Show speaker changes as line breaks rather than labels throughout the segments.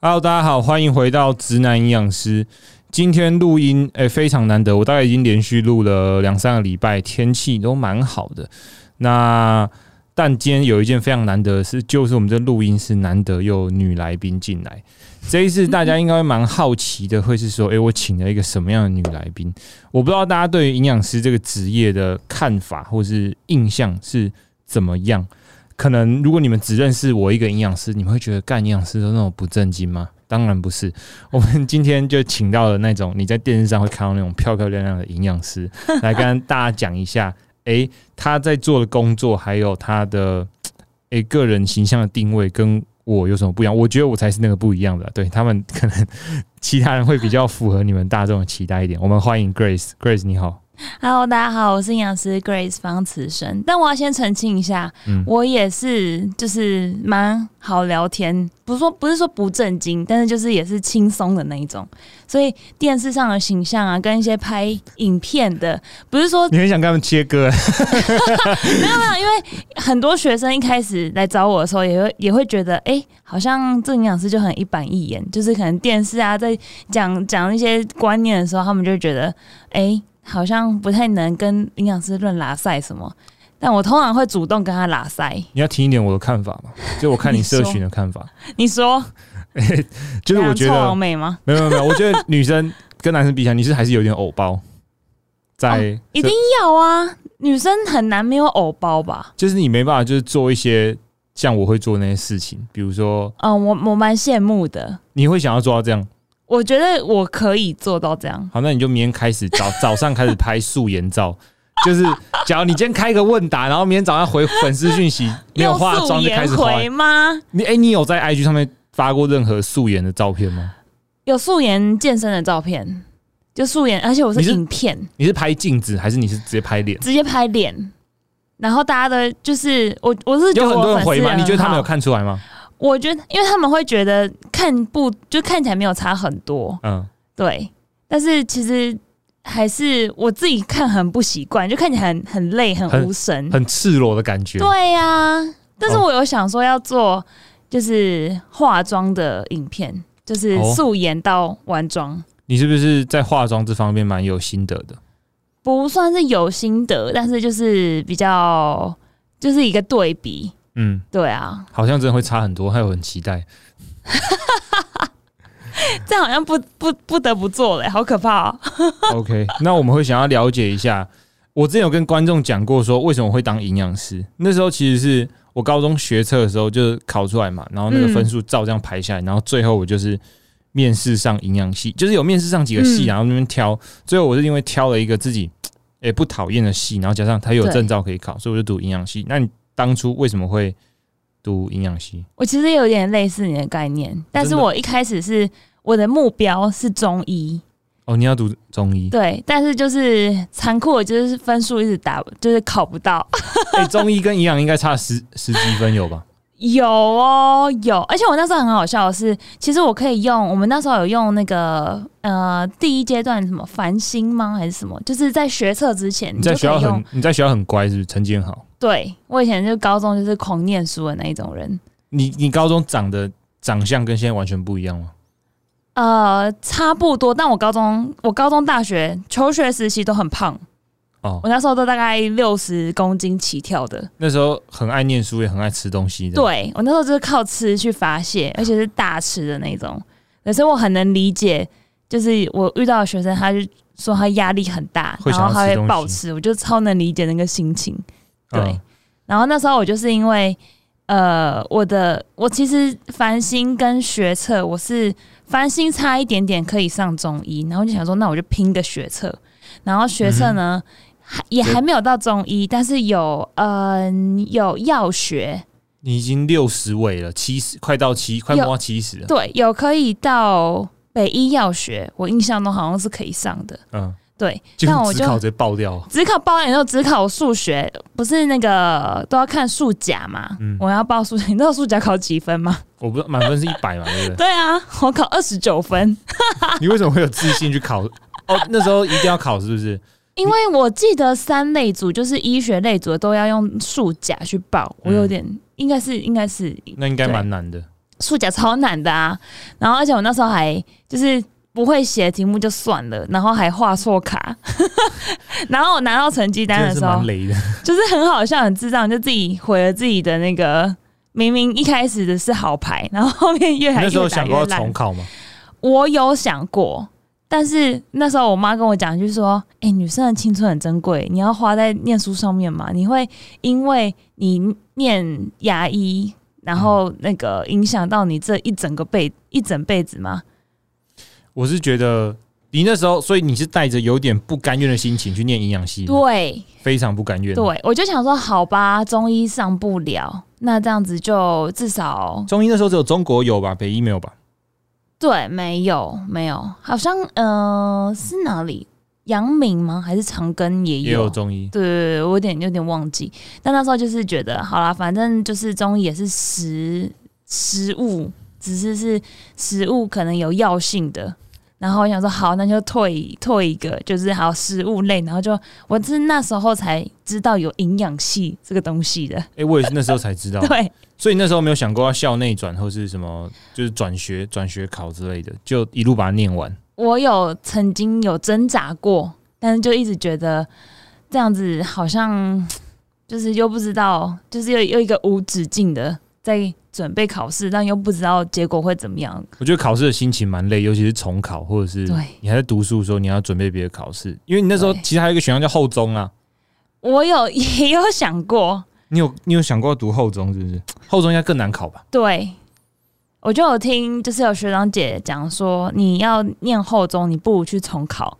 Hello，大家好，欢迎回到直男营养师。今天录音，诶、非常难得，我大概已经连续录了两三个礼拜，天气都蛮好的。那但今天有一件非常难得的事，就是我们这录音是难得有女来宾进来。这一次大家应该蛮好奇的，会是说，诶、我请了一个什么样的女来宾？我不知道大家对于营养师这个职业的看法或是印象是怎么样。可能如果你们只认识我一个营养师，你们会觉得干营养师都那种不正经吗？当然不是， 我们今天就请到了那种你在电视上会看到那种漂漂亮亮的营养师，来跟大家讲一下， 诶、他在做的工作，还有他的诶、个人形象的定位跟我有什么不一样？我觉得我才是那个不一样的，对他们可能其他人会比较符合你们大众的期待一点。我们欢迎 Grace，Grace 你好，
Hello，大家好，我是营养师 Grace 方慈生。但我要先澄清一下，
嗯
我也是就是蛮好聊天，不是说不是说不正经，但是就是也是轻松的那一种。所以电视上的形象啊，跟一些拍影片的，不是说
你很想跟他们切割，
很多学生一开始来找我的时候，也会也会觉得，哎、好像这营养师就很一板一眼，就是可能电视啊，在讲讲一些观念的时候，他们就会觉得，哎、好像不太能跟营养师论拉塞什么。但我通常会主动跟他拉塞。
你要听一点我的看法嘛？就我看你社
你说
群的看法。
你说，
就是我觉
这样臭
得
王美吗？
没有没有没有，我觉得女生跟男生比起来，你是还是有点偶包，在、
哦一定要啊，女生很难没有偶包吧？
就是你没办法就是做一些像我会做那些事情，比如说
嗯，我我蛮羡慕的。
你会想要做到这样，
我觉得我可以做到这样，
好，那你就明天开始早早上开始拍素颜照。 就是，假如你今天开一个问答，然后明天早上回粉丝讯息，没有化妆就开始
用素颜
化。
回吗？
你哎、你有在 IG 上面发过任何素颜的照片吗？
有素颜健身的照片，就素颜，而且我是
你是
影片，
你是拍镜子，还是你是直接拍脸？
直接拍脸。然后大家的，就是我，我是觉
有
得
很
我
多
粉
人
丝
回吗？
人
你觉得他
很
们有
好？
看出来吗？
我觉得，因为他们会觉得看不就看起来没有差很多，
嗯，
对。但是其实还是我自己看很不习惯，就看起来很很累，
很
很无神。
很赤裸的感觉。
对呀、但是
哦
我有想说要做就是化妆的影片，就是
哦
素颜到完妆。
你是不是在化妆这方面蛮有心得的？
不算是有心得，但是就是比较就是一个对比，
嗯，
对啊，
好像真的会差很多，还有很期待。
这样好像不不不得不做嘞，好可怕哦！
OK，那 我们会想要了解一下，我之前有跟观众讲过说为什么会当营养师，那时候其实是我高中学测的时候就是考出来嘛，然后那个
嗯
分数照这样排下来，然后最后我就是面试上营养系，就是有面试上几个系，啊
嗯
然后那边挑，最后我是因为挑了一个自己也、不讨厌的系，然后加上他有
对
证照可以考，所以我就读营养系。那你当初为什么会读营养系？
我其实有点类似你的概念，但是
真的
我一开始是我的目标是中医，
哦，你要读中医？
对，但是就是残酷的就是分数一直打，就是考不到。
哎、中医跟营养应该差十十几分有吧？
有哦，有，而且我那时候很好笑的是，其实我可以用，我们那时候有用那个呃第一阶段什么繁星吗，还是什么，就是在学测之前，
你在
就
学
可
校
以用。
很你在学校很乖，是不是？成绩很好。
对我以前就高中就是狂念书的那一种人，
你你高中长的长相跟现在完全不一样吗？
呃，差不多。但我高中、我高中、大学求学时期都很胖，
哦，
我那时候都大概六十公斤起跳的。
那时候很爱念书，也很爱吃东西的。，
对我那时候就是靠吃去发 泄，而且是大吃的那种。可是我很能理解，就是我遇到的学生，他就说他压力很大，
会
然
想要
后他
吃
会
东西
暴吃，我就超能理解那个心情。
嗯
对然后那时候我就是因为，呃，我的我其实繁星跟学测，我是繁星差一点点可以上中医，然后就想说，那我就拼个学测。然后学
嗯
测呢，还也
对
还没有到中医，但是有嗯、有药学，
你已经六十尾了，七十快到七，快摸到七十了。
对，有可以到北医药学，我印象中好像是可以上的。
嗯，
对，
结
但
果
我
只
就
考直接爆掉。
只考报研之后，只考数学，不是那个都要看数甲嘛？
嗯
我要报数学， 你知道数甲考几分吗？
我不知道满分是一 百嘛，对不 对？
对啊，我考二十九分，
你为什么会有自信去考？哦，那时候一定要考，是不是？
因为我记得三类组就是医学类
嗯
组的都要用数甲去报，我有点、应该是应该是
那应该蛮难的。
数甲超难的啊。然后而且我那时候还就是不会写题目就算了，然后还画错卡。 然后我拿到成绩单
真
的
的是
时候
蛮，雷的。
就是很好笑、很智障，就自己毁了自己的那个。明明一开始的是好牌，然后后面 越来
那时候
越打
想
越
过要
烂
重。考吗？
我有想过，但是那时候我妈跟我讲，就是说，哎、女生的青春很珍贵，你要花在念书上面嘛，你会因为你念牙医，然后那个影响到你这一整个辈一整辈子吗？
我是觉得你那时候，所以你是带着有点不甘愿的心情去念营养系，
对，
非常不甘愿。，
对，我就想说，好吧，中医上不了，那这样子就至少
中医那时候只有中国有吧，北医没有吧？
对，没有没有，好像呃是哪里？阳明吗？还是长庚也有？
也有中医，
对对对，我有点有点忘记。但那时候就是觉得，好啦，反正就是中医也是食食物，只是是食物可能有药性的。然后我想说，好，那就退退一个，就是好食物类。然后就我是那时候才知道有营养系这个东西的，
哎、我也是那时候才知道。
对，
所以那时候没有想过要校内转或是什么，就是转学、转学考之类的，就一路把它念完。
我有曾经有挣扎过，但是就一直觉得这样子好像就是又不知道，就是又又一个无止境的在准备考试，但又不知道结果会怎么样。
我觉得考试的心情蛮累，尤其是重考或者是
对
你还在读书的时候，你要准备别的考试，因为你那时候
对
其实还有一个选项叫后中啊。
我有 也有想过，
你有你有想过要读后中是不是？后中应该更难考吧？
对我就有听，就是有学长姐讲说，你要念后中，你不如去重考，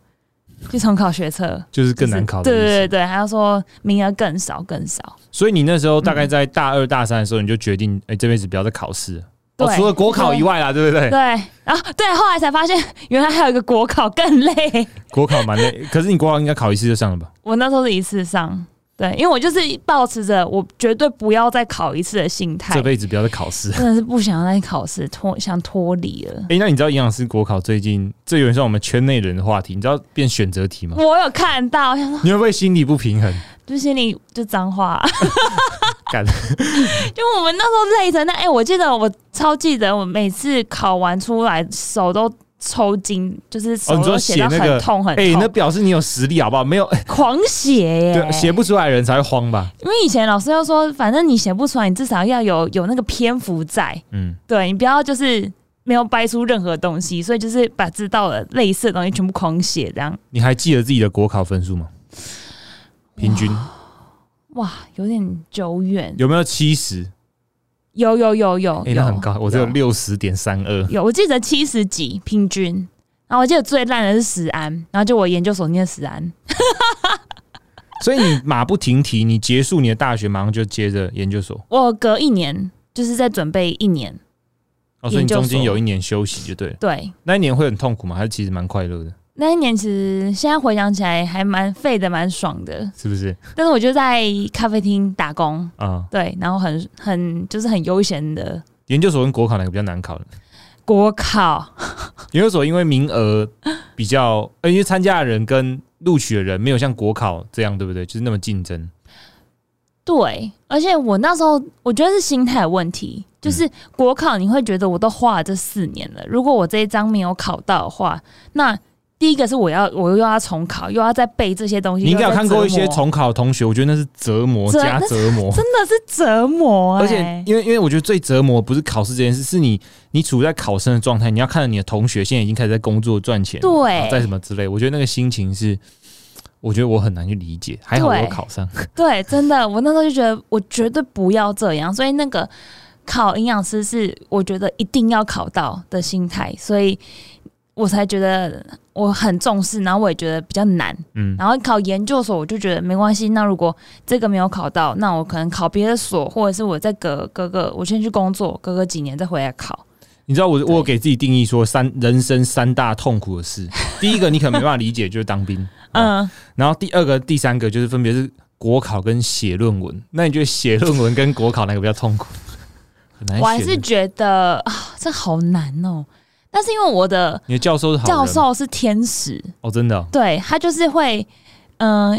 去重考学测。
就是更
就是
难考的
对
意思。
对对对，还要说名额更少更少。
所以你那时候大概在大二大三的时候，你就决定，哎、这辈子不要再考试了。哦
对，
除了国考以外啦，对不对？
对，然后对，后来才发现原来还有一个国考更累。
国考蛮累，可是你国考应该考一次就上了吧？
我那时候是一次上，对，因为我就是抱持着我绝对不要再考一次的心态
这，辈子不要再考试。
真的是不想再考试，脱想脱离了。
哎、那你知道营养师国考最近这有点像我们圈内人的话题，你知道变选择题吗？
我有看到，想说
你会不会心理不平衡？
就心里就脏话、
干，
就我们那时候累成那，哎、我记得我超记得，我每次考完出来手都抽筋，就是手
哦你说
都写到
写那个
很痛很痛，
哎、那表示你有实力好不好？没有，
狂写耶、
对，写不出来的人才会慌吧？
因为以前老师又说，反正你写不出来，你至少要有有那个篇幅在，
嗯，
对你不要就是没有掰出任何东西，所以就是把知道的类似的东西全部狂写，这样
你还记得自己的国考分数吗？平均
哇，有点久远。
有没有七十？
有有有有，
哎，那很高，我只有六十点三二。
有，我记得七十几平均，然后我记得最烂的是十安，然后就我研究所念十安，
所以你马不停蹄，你结束你的大学，马上就接着研究所。
我隔一年就是在准备一年，
哦，所以你
研究所
中间有一年休息就对了。
对。
那一年会很痛苦吗？还是其实蛮快乐的？
那一年其实现在回想起来还蛮废的，蛮爽的。
是不是
但是我就在咖啡厅打工，
啊、
对，然后很很就是很悠闲的
研究所跟国考哪个比较难考呢？
国考，
研究所因为名额比较，呃，因为参加的人跟录取的人没有像国考这样，对不对？就是那么竞争。
对，而且我那时候我觉得是心态问题，就是国考你会觉得我都花了这四年了，如果我这一张没有考到的话，那第一个是我要我又要重考，又要再背这些东西，
你应该
又
有
要再
看过一些
折磨
重考的同学，我觉得那是折磨
折
加折磨。
真的是折磨、欸，
而且，因为因为我觉得最折磨不是考试这件事，是你你处在考生的状态，你要看着你的同学现在已经开始在工作赚钱，
对
然后在什么之类，我觉得那个心情是，我觉得我很难去理解。还好我
对
有考上，
对，真的，我那时候就觉得我绝对不要这样，所以那个考营养师是我觉得一定要考到的心态，所以我才觉得我很重视，然后我也觉得比较难。
嗯，
然后考研究所，我就觉得没关系。那如果这个没有考到，那我可能考别的所，或者是我再隔隔个，我先去工作，隔个几年再回来考。
你知道我我有给自己定义说三人生三大痛苦的事，第一个你可能没办法理解就是当兵，嗯，
嗯，
然后第二个、第三个就是分别是国考跟写论文，那你觉得写论文跟国考哪个比较痛苦？很难
我还
写
是
的
觉得啊，这好难哦。但是因为我的
你的教授是好人
教
吗
授是天使，
哦，真的 哦、
对他就是会，嗯、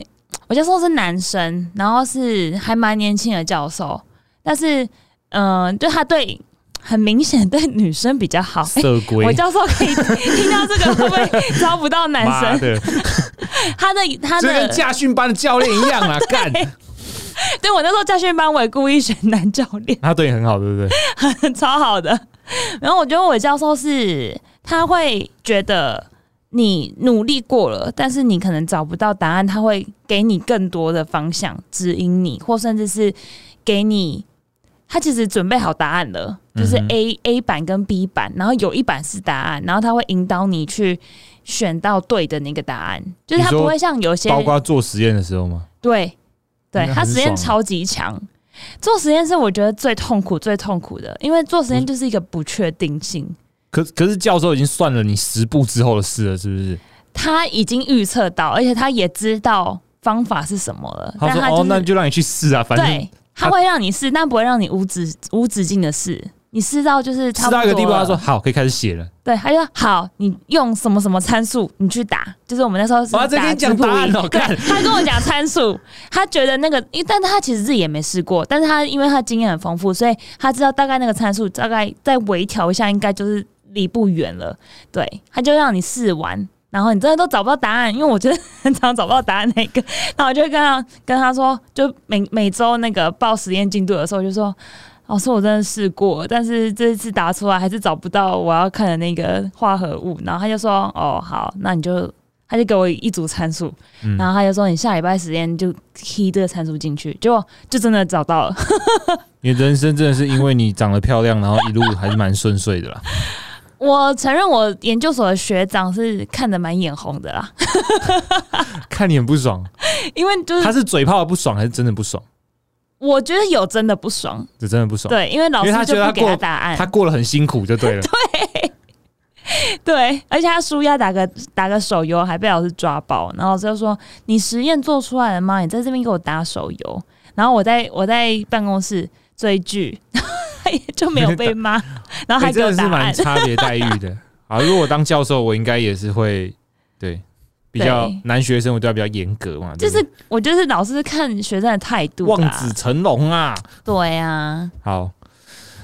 我教授是男生，然后是还蛮年轻的教授，但是，嗯、就他对很明显对女生比较好。哎
色龟
我，教授可以听到这个会不会招不到男
妈
生？
的，
他的他
这跟
的，
驾训班的教练一样 啦，干，
对我那时候驾训班，我也故意选男教练。
他对你很好，对不对？
超好的。然后我觉得韦教授是他会觉得你努力过了，但是你可能找不到答案，他会给你更多的方向指引你，或甚至是给你他其实准备好答案了，就是
嗯哼
A、A 版跟 B 版，然后有一版是答案，然后他会引导你去。选到对的那个答案，就是他
你说
不会像有些
包括做实验的时候嘛，
对，对
那
他
很
实验
爽
超级强。做实验是我觉得最痛苦、最痛苦的，因为做实验就是一个不确定性。
可可是教授已经算了你十步之后的事了，是不是？
他已经预测到，而且他也知道方法是什么了，
他
但
说
他
哦，
就
那
是
就让你去试啊，反正
对，他会让你试，但不会让你无止无止境的试。你试到就是差
试
不多
到一个地步，他
了
说好，可以开始写了。
对，他就说好，你用什么什么参数，你去打，就是我们那时候是
哇这
打
跟你讲
质谱
答案
仪
哦
对
干，
他跟我讲参数，他觉得那个，因为但他其实自己也没试过，但是他因为他经验很丰富，所以他知道大概那个参数大概再微调一下，应该就是离不远了。对，他就让你试完。然后你真的都找不到答案，因为我觉得很常找不到答案那个，然后我就跟他跟他说，就每每周那个报实验进度的时候，我就说老师，我真的试过，但是这次答出来还是找不到我要看的那个化合物。然后他就说：“哦，好，那你就……”他就给我一组参数，
嗯
然后他就说：“你下礼拜时间就 key 这个参数进去。”结果就真的找到了，
你的人生真的是因为你长得漂亮，然后一路还是蛮顺遂的啦。
我承认，我研究所的学长是看得蛮眼红的啦，
看你很不爽，
因为就是
他是嘴炮的不爽还是真的不爽？
我觉得有真的不爽，
是真的不爽。
对，因为老
哦因为
师
他
就
觉得
不
他
给他
过
答案
他，过得很辛苦就对了。
对，而且他输压打个打个手游，还被老师抓包，然后老师就说：“你实验做出来了吗？你在这边给我打手游。”然后我在我在办公室追剧， 就没有被 骂，然后
哎
还哦给
真的
我
是
答
蛮
案。
差别待遇 的。啊，如果我当教授，我应该也是会对比较
对
男学生，我对他比较严格嘛。对
就
不对
是 我觉得是老师看学生的态度
望
啦，
子成龙啊。
对啊，
好，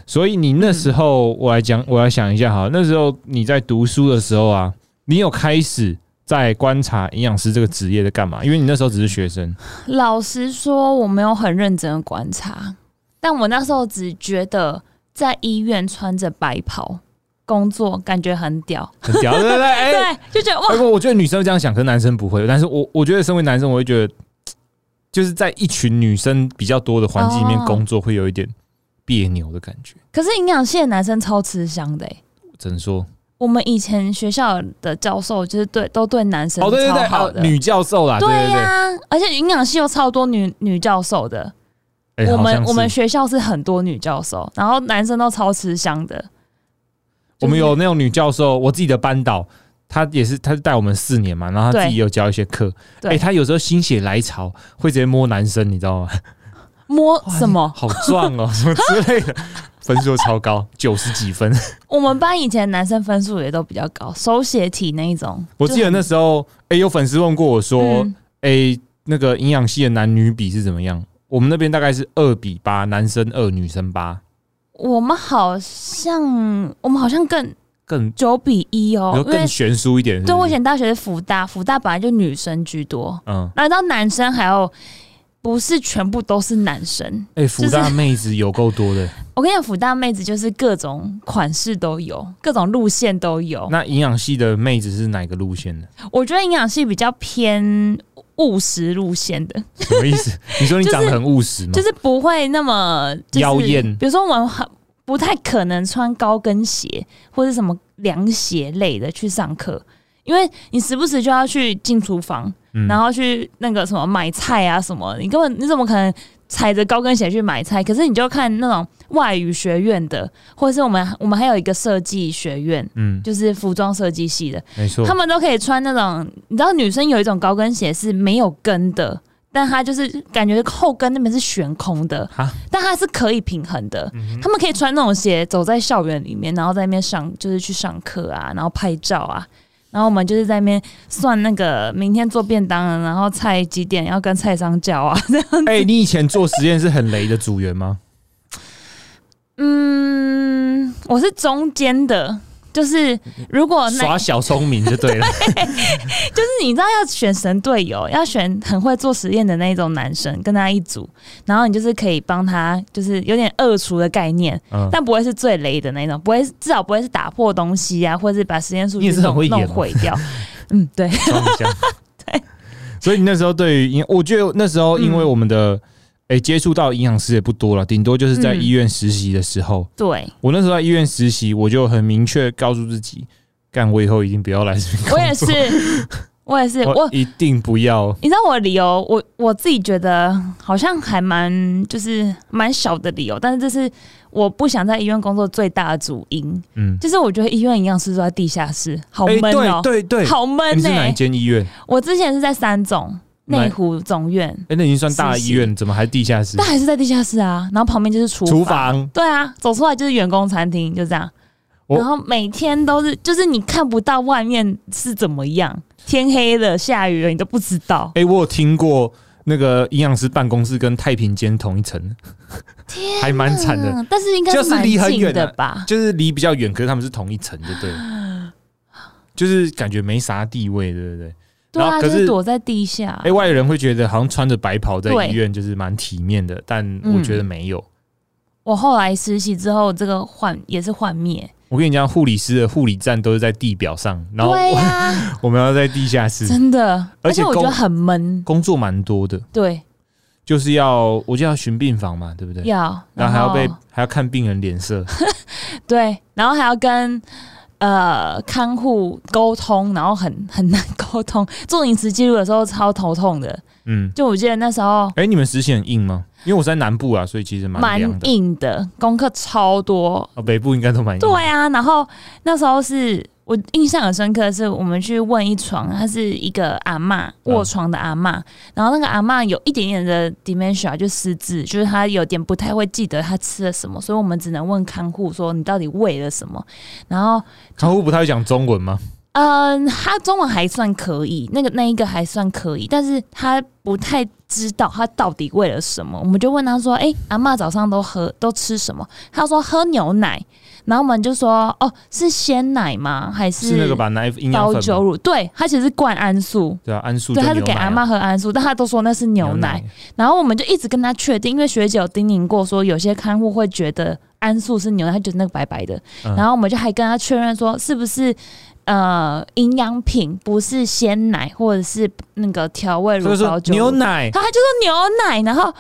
所以你
嗯
那时候、我来讲，我来想一下哈，那时候你在读书的时候啊，你有开始在观察营养师这个职业在干嘛？因为你那时候只是学生，
老实说，我没有很认真的观察，但我那时候只觉得在医院穿着白袍工作感觉很屌，
很屌，对 不对？哎、
对，就觉得哇
哎，我我觉得女生会这样想，可是男生不会。但是我我觉得身为男生，我会觉得，就是在一群女生比较多的环境里面
哦
工作，会有一点别扭的感觉。
可是营养系的男生超吃香的、欸，
只能说，
我们以前学校的教授就是对都对男生
哦，对对对，
超好
哦
的，，
女教授啦，对
对
对对，
呀、而且营养系有超多女女教授的，
哎
我
好像
们
是
我们学校是很多女教授，然后男生都超吃香的。
我们
就是
有那种女教授，我自己的班导，她也是，她是带我们四年嘛，然后她
对
自己有教一些课。
对
哎，她有时候心血来潮会直接摸男生，你知道吗？
摸
哇
什么？
好壮 哦，什么之类的，分数超高，九十几分。
我们班以前男生分数也都比较高，手写题那一种。
我记得那
就
时候，哎，有粉丝问过我
很
说，
嗯
诶，哎那个营养系的男女比是怎么样？我们那边大概是二比八，男生二，女生八，
我们好像我们好像更
更
九比一哦
你说，
因为
更悬殊一点是不是
对我以前大学是福大，福大本来就女生居多，
嗯，
难道男生还有不是全部都是男生？
哎、福大妹子有够多的。
我跟你讲，福大妹子就是各种款式都有，各种路线都有。
那营养系的妹子是哪个路线的？
我觉得营养系比较偏务实路线的，
什么意 思？你说你长得很务实吗？
就是不会那么、就是、
妖艳
比如说，我们很不太可能穿高跟鞋或者什么凉鞋类的去上课。因为你时不时就要去进厨房，
嗯
然后去那个什么买菜啊什么，你根本你怎么可能踩着高跟鞋去买菜？可是你就看那种外语学院的，或者是我们我们还有一个设计学院，
嗯，
就是服装设计系的，
没错
他，们都可以穿那种，你知道女生有一种高跟鞋是没有跟的。但它就是感觉后跟那边是悬空的
哈，嗯
但它是可以平衡的。他们可以穿那种鞋走在校园里面，然后在那边上就是去上课啊，然后拍照啊，然后我们就是在那边算那个明天做便当了，然后菜几点要跟菜商叫啊。
哎、你以前做实验是很雷的组员吗？
嗯，我是中间的，就是如果哦那
耍小聪明就 对了。
就是你知道要选神队友，要选很会做实验的那一种男生，跟他一组，然后你就是可以帮他，就是有点恶除的概念，
嗯，
但不会是最雷的那种，不会至少不会是打破东西啊，或者是把实验数
你
据
也是很会
弄
演啊
弄毁掉。 嗯，对，
装一 下。所以你那时候对于营，我觉得那时候因为
嗯
我们的诶、接触到营养师也不多了，顶多就是在
嗯
医院实习的时候。
对
我那时候在医院实习，我就很明确告诉自己，干我以后一定不要来这边工作。
我 也是，我也是，
我
我
一定不要。
你知道我的理由，我我自己觉得好像还蛮就是蛮小的理由，但是这是我不想在医院工作最大的主因，
嗯，
就是我觉得医院营养师都在地下室，好
诶
闷哦、
哎对对对，
好欸闷
你
呢、
是哪一间医院？
我之前是在三总
哪
内湖总院，
哎、那已经算大
实
医
习
院，怎么还地下室
但？还是在地下室啊，然后旁边就是厨
厨
房
房，
对啊，走出来就是员工餐厅，就这样。
我
然后每天都是，就是你看不到外面是怎么样，天黑了、下雨了，你都不知道。
哎、我有听过那个营养师办公室跟太平间同一层，还蛮惨的，
嗯，但是应该
就是
蛮
离很
近
远
的
啊
吧？
就是离比较远，可是他们是同一层，就对了，就是感觉没啥地位，对不对？
对
然
啊，
后
就
可
是
是
躲在地下
哎、。外人会觉得好像穿着白袍在
啊对嗯
医院就是蛮体面的，但我觉得没有。
我后来实习之后，这个幻也是幻灭。
我跟你讲，护理师的护理站都是在地表上，然后
对
我,、
呀、
们要在地下室
真的，
而
而
且
且我觉
公
得很闷。
工作，蛮多的，
对，
就是要我就要巡病房嘛，对不对？
要
然后还要被
哦
还要看病人脸色，
对，然后还要跟呃看护沟通，然后很很难沟通。做饮食记录的时候超头痛的，
嗯，
就我记得那时候
哎、你们实习很硬吗？因为我是在南部啊，所以其实蛮
蛮
凉的。
硬的，功课超多。
哦，北部应该都蛮硬的。
对啊，然后那时候是我印象很深刻，是我们去问一床，她是一个阿嬷卧床的阿嬷，然后那个阿嬷有一点点的 dementia，就失智，就是她有点不太会记得她吃了什么，所以我们只能问看护说你到底喂了什么，然后
看护不太会讲中文吗？
嗯，他中文还算可以，那个那一个还算可以，但是他不太知道他到底为了什么。我们就问他说：“哎、阿嬷早上都喝都吃什么？”他说：“喝牛奶。”然后我们就说：“哦，是鲜奶吗？还
是那个吧，奶营养
高
粉
酒
吗，
乳？”对，他其实是灌桉素。
对啊，桉素
对，
就
他是
牛
给
奶
阿
啊
嬷喝桉素，但他都说那是牛奶。，然后我们就一直跟他确定，因为学姐有叮咛过说，有些看护会觉得桉素是牛奶，他觉得那个白白的。
嗯
然后我们就还跟他确认说，是不是呃营养品，不是鲜奶或者是那个调味乳
所以
包
说
酒
牛
乳。
奶
他还就说牛奶，然后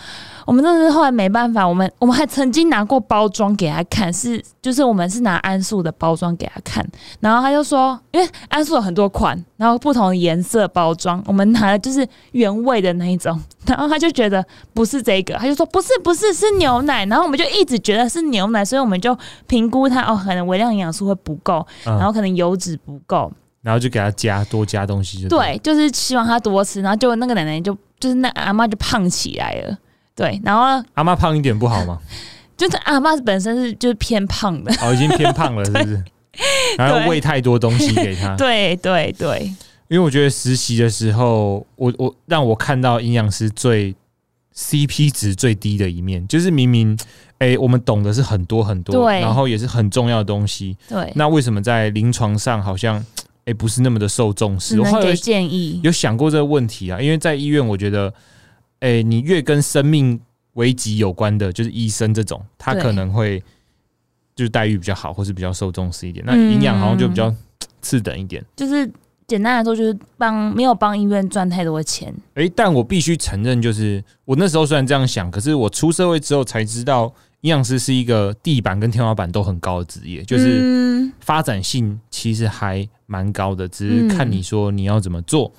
我们真的是后来没办法，我们我们还曾经拿过包装给他看，是就是我们是拿桉素的包装给他看，然后他就说，因为桉素有很多款，然后不同的颜色包装，我们拿的就是原味的那一种， 然后他就觉得不是这个，他就说不是不是是牛奶，然后我们就一直觉得是牛奶，所以我们就评估它哦，可能微量营养素会不够，
嗯
然后可能油脂不够，
然后就给他加多加东西就了，
对，就是希望他多吃，然后结果那个奶奶就就是那阿妈就胖起来了，对，然后呢
阿妈胖一点不好吗？
就是阿妈本身是就是偏胖的，
哦，已经偏胖了， 是不是？然后喂太多东西给他，
对对对，
因为我觉得实习的时候，我我让我看到营养师最 CP 值最低的一面，就是明明哎、我们懂得是很多很多，
对
然后也是很重要的东西，
对，
那为什么在临床上好像哎、不是那么的受重
只
视？我
能
后来
给建议，
有想过这个问题啊，因为在医院，我觉得，诶，你越跟生命危急有关的，就是医生这种，他
对
可能会就是待遇比较好，或是比较受重视一点。那
嗯
营养好像就比较嘖次等一点。
就是简单来说就是帮没有帮医院赚太多钱，
诶，但我必须承认，就是我那时候虽然这样想，可是我出社会之后才知道，营养师是一个地板跟天花板都很高的职业，就是
嗯
发展性其实还蛮高的，只是看你说你要怎么做。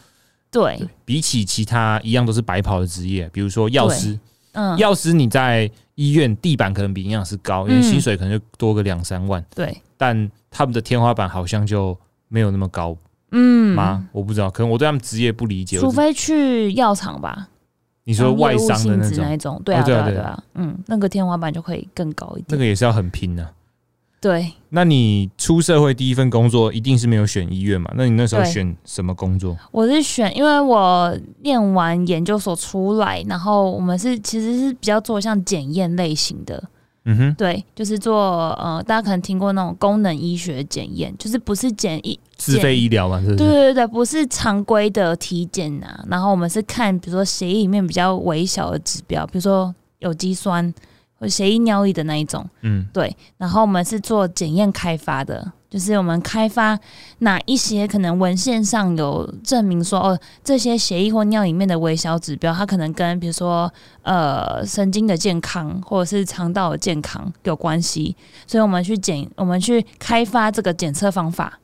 对，
比起其他一样都是白袍的职业，比如说药师，
嗯
药师你在医院地板可能比营养师高，因为
嗯
薪水可能就多个两三万，
对，
但他们的天花板好像就没有那么高
嗯
吗？我不知道，可能我对他们职业不理解。
除
我只
非去药厂吧，
你说
然后
外
业务
伤的
性
那
质那
种，
一种，对
哦
啊
对
对
啊
啊
对
对
啊
啊，嗯，那个天花板就可以更高一
那
点，
个也是要很拼的、啊
对，
那你出社会第一份工作一定是没有选医院嘛？那你那时候
对
选什么工作？
我是选，因为我念完研究所出来，然后我们是其实是比较做像检验类型的，
嗯哼，
对，就是做呃，大家可能听过那种功能医学检验，就是不是检疫
自费医疗嘛，是不
对
是？
对对，不是常规的体检呐、然后我们是看，比如说血液里面比较微小的指标，比如说有机酸或血液尿液的那一种。
嗯
对，然后我们是做检验开发的，就是我们开发哪一些可能文献上有证明说，哦，这些血液或尿里面的微小指标，它可能跟比如说呃神经的健康或者是肠道的健康有关系，所以我们去检，我们去开发这个检测方法。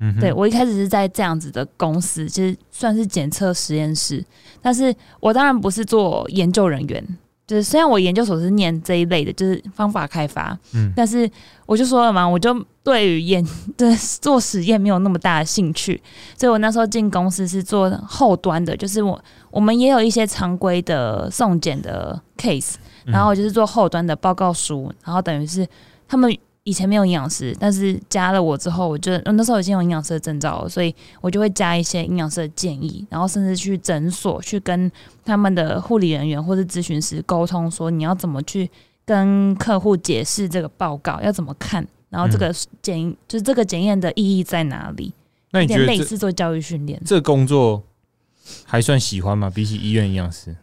嗯哼，
对我一开始是在这样子的公司，就是算是检测实验室，但是我当然不是做研究人员，就是虽然我研究所是念这一类的，就是方法开发，
嗯
但是我就说了嘛，我就对于研 对做实验没有那么大的兴趣，所以我那时候进公司是做后端的，就是我我们也有一些常规的送检的 case，
嗯
然后我就是做后端的报告书，然后等于是他们以前没有营养师，但是加了我之后，我就呃那时候已经有营养师的证照了，所以我就会加一些营养师的建议，然后甚至去诊所去跟他们的护理人员或者咨询师沟通，说你要怎么去跟客户解释这个报告要怎么看，然
嗯
后这个检、就是这个检验的意义在哪里，
那
有
你
点
觉得
类
这
似做教育训练。
这工作还算喜欢吗？比起医院营养师，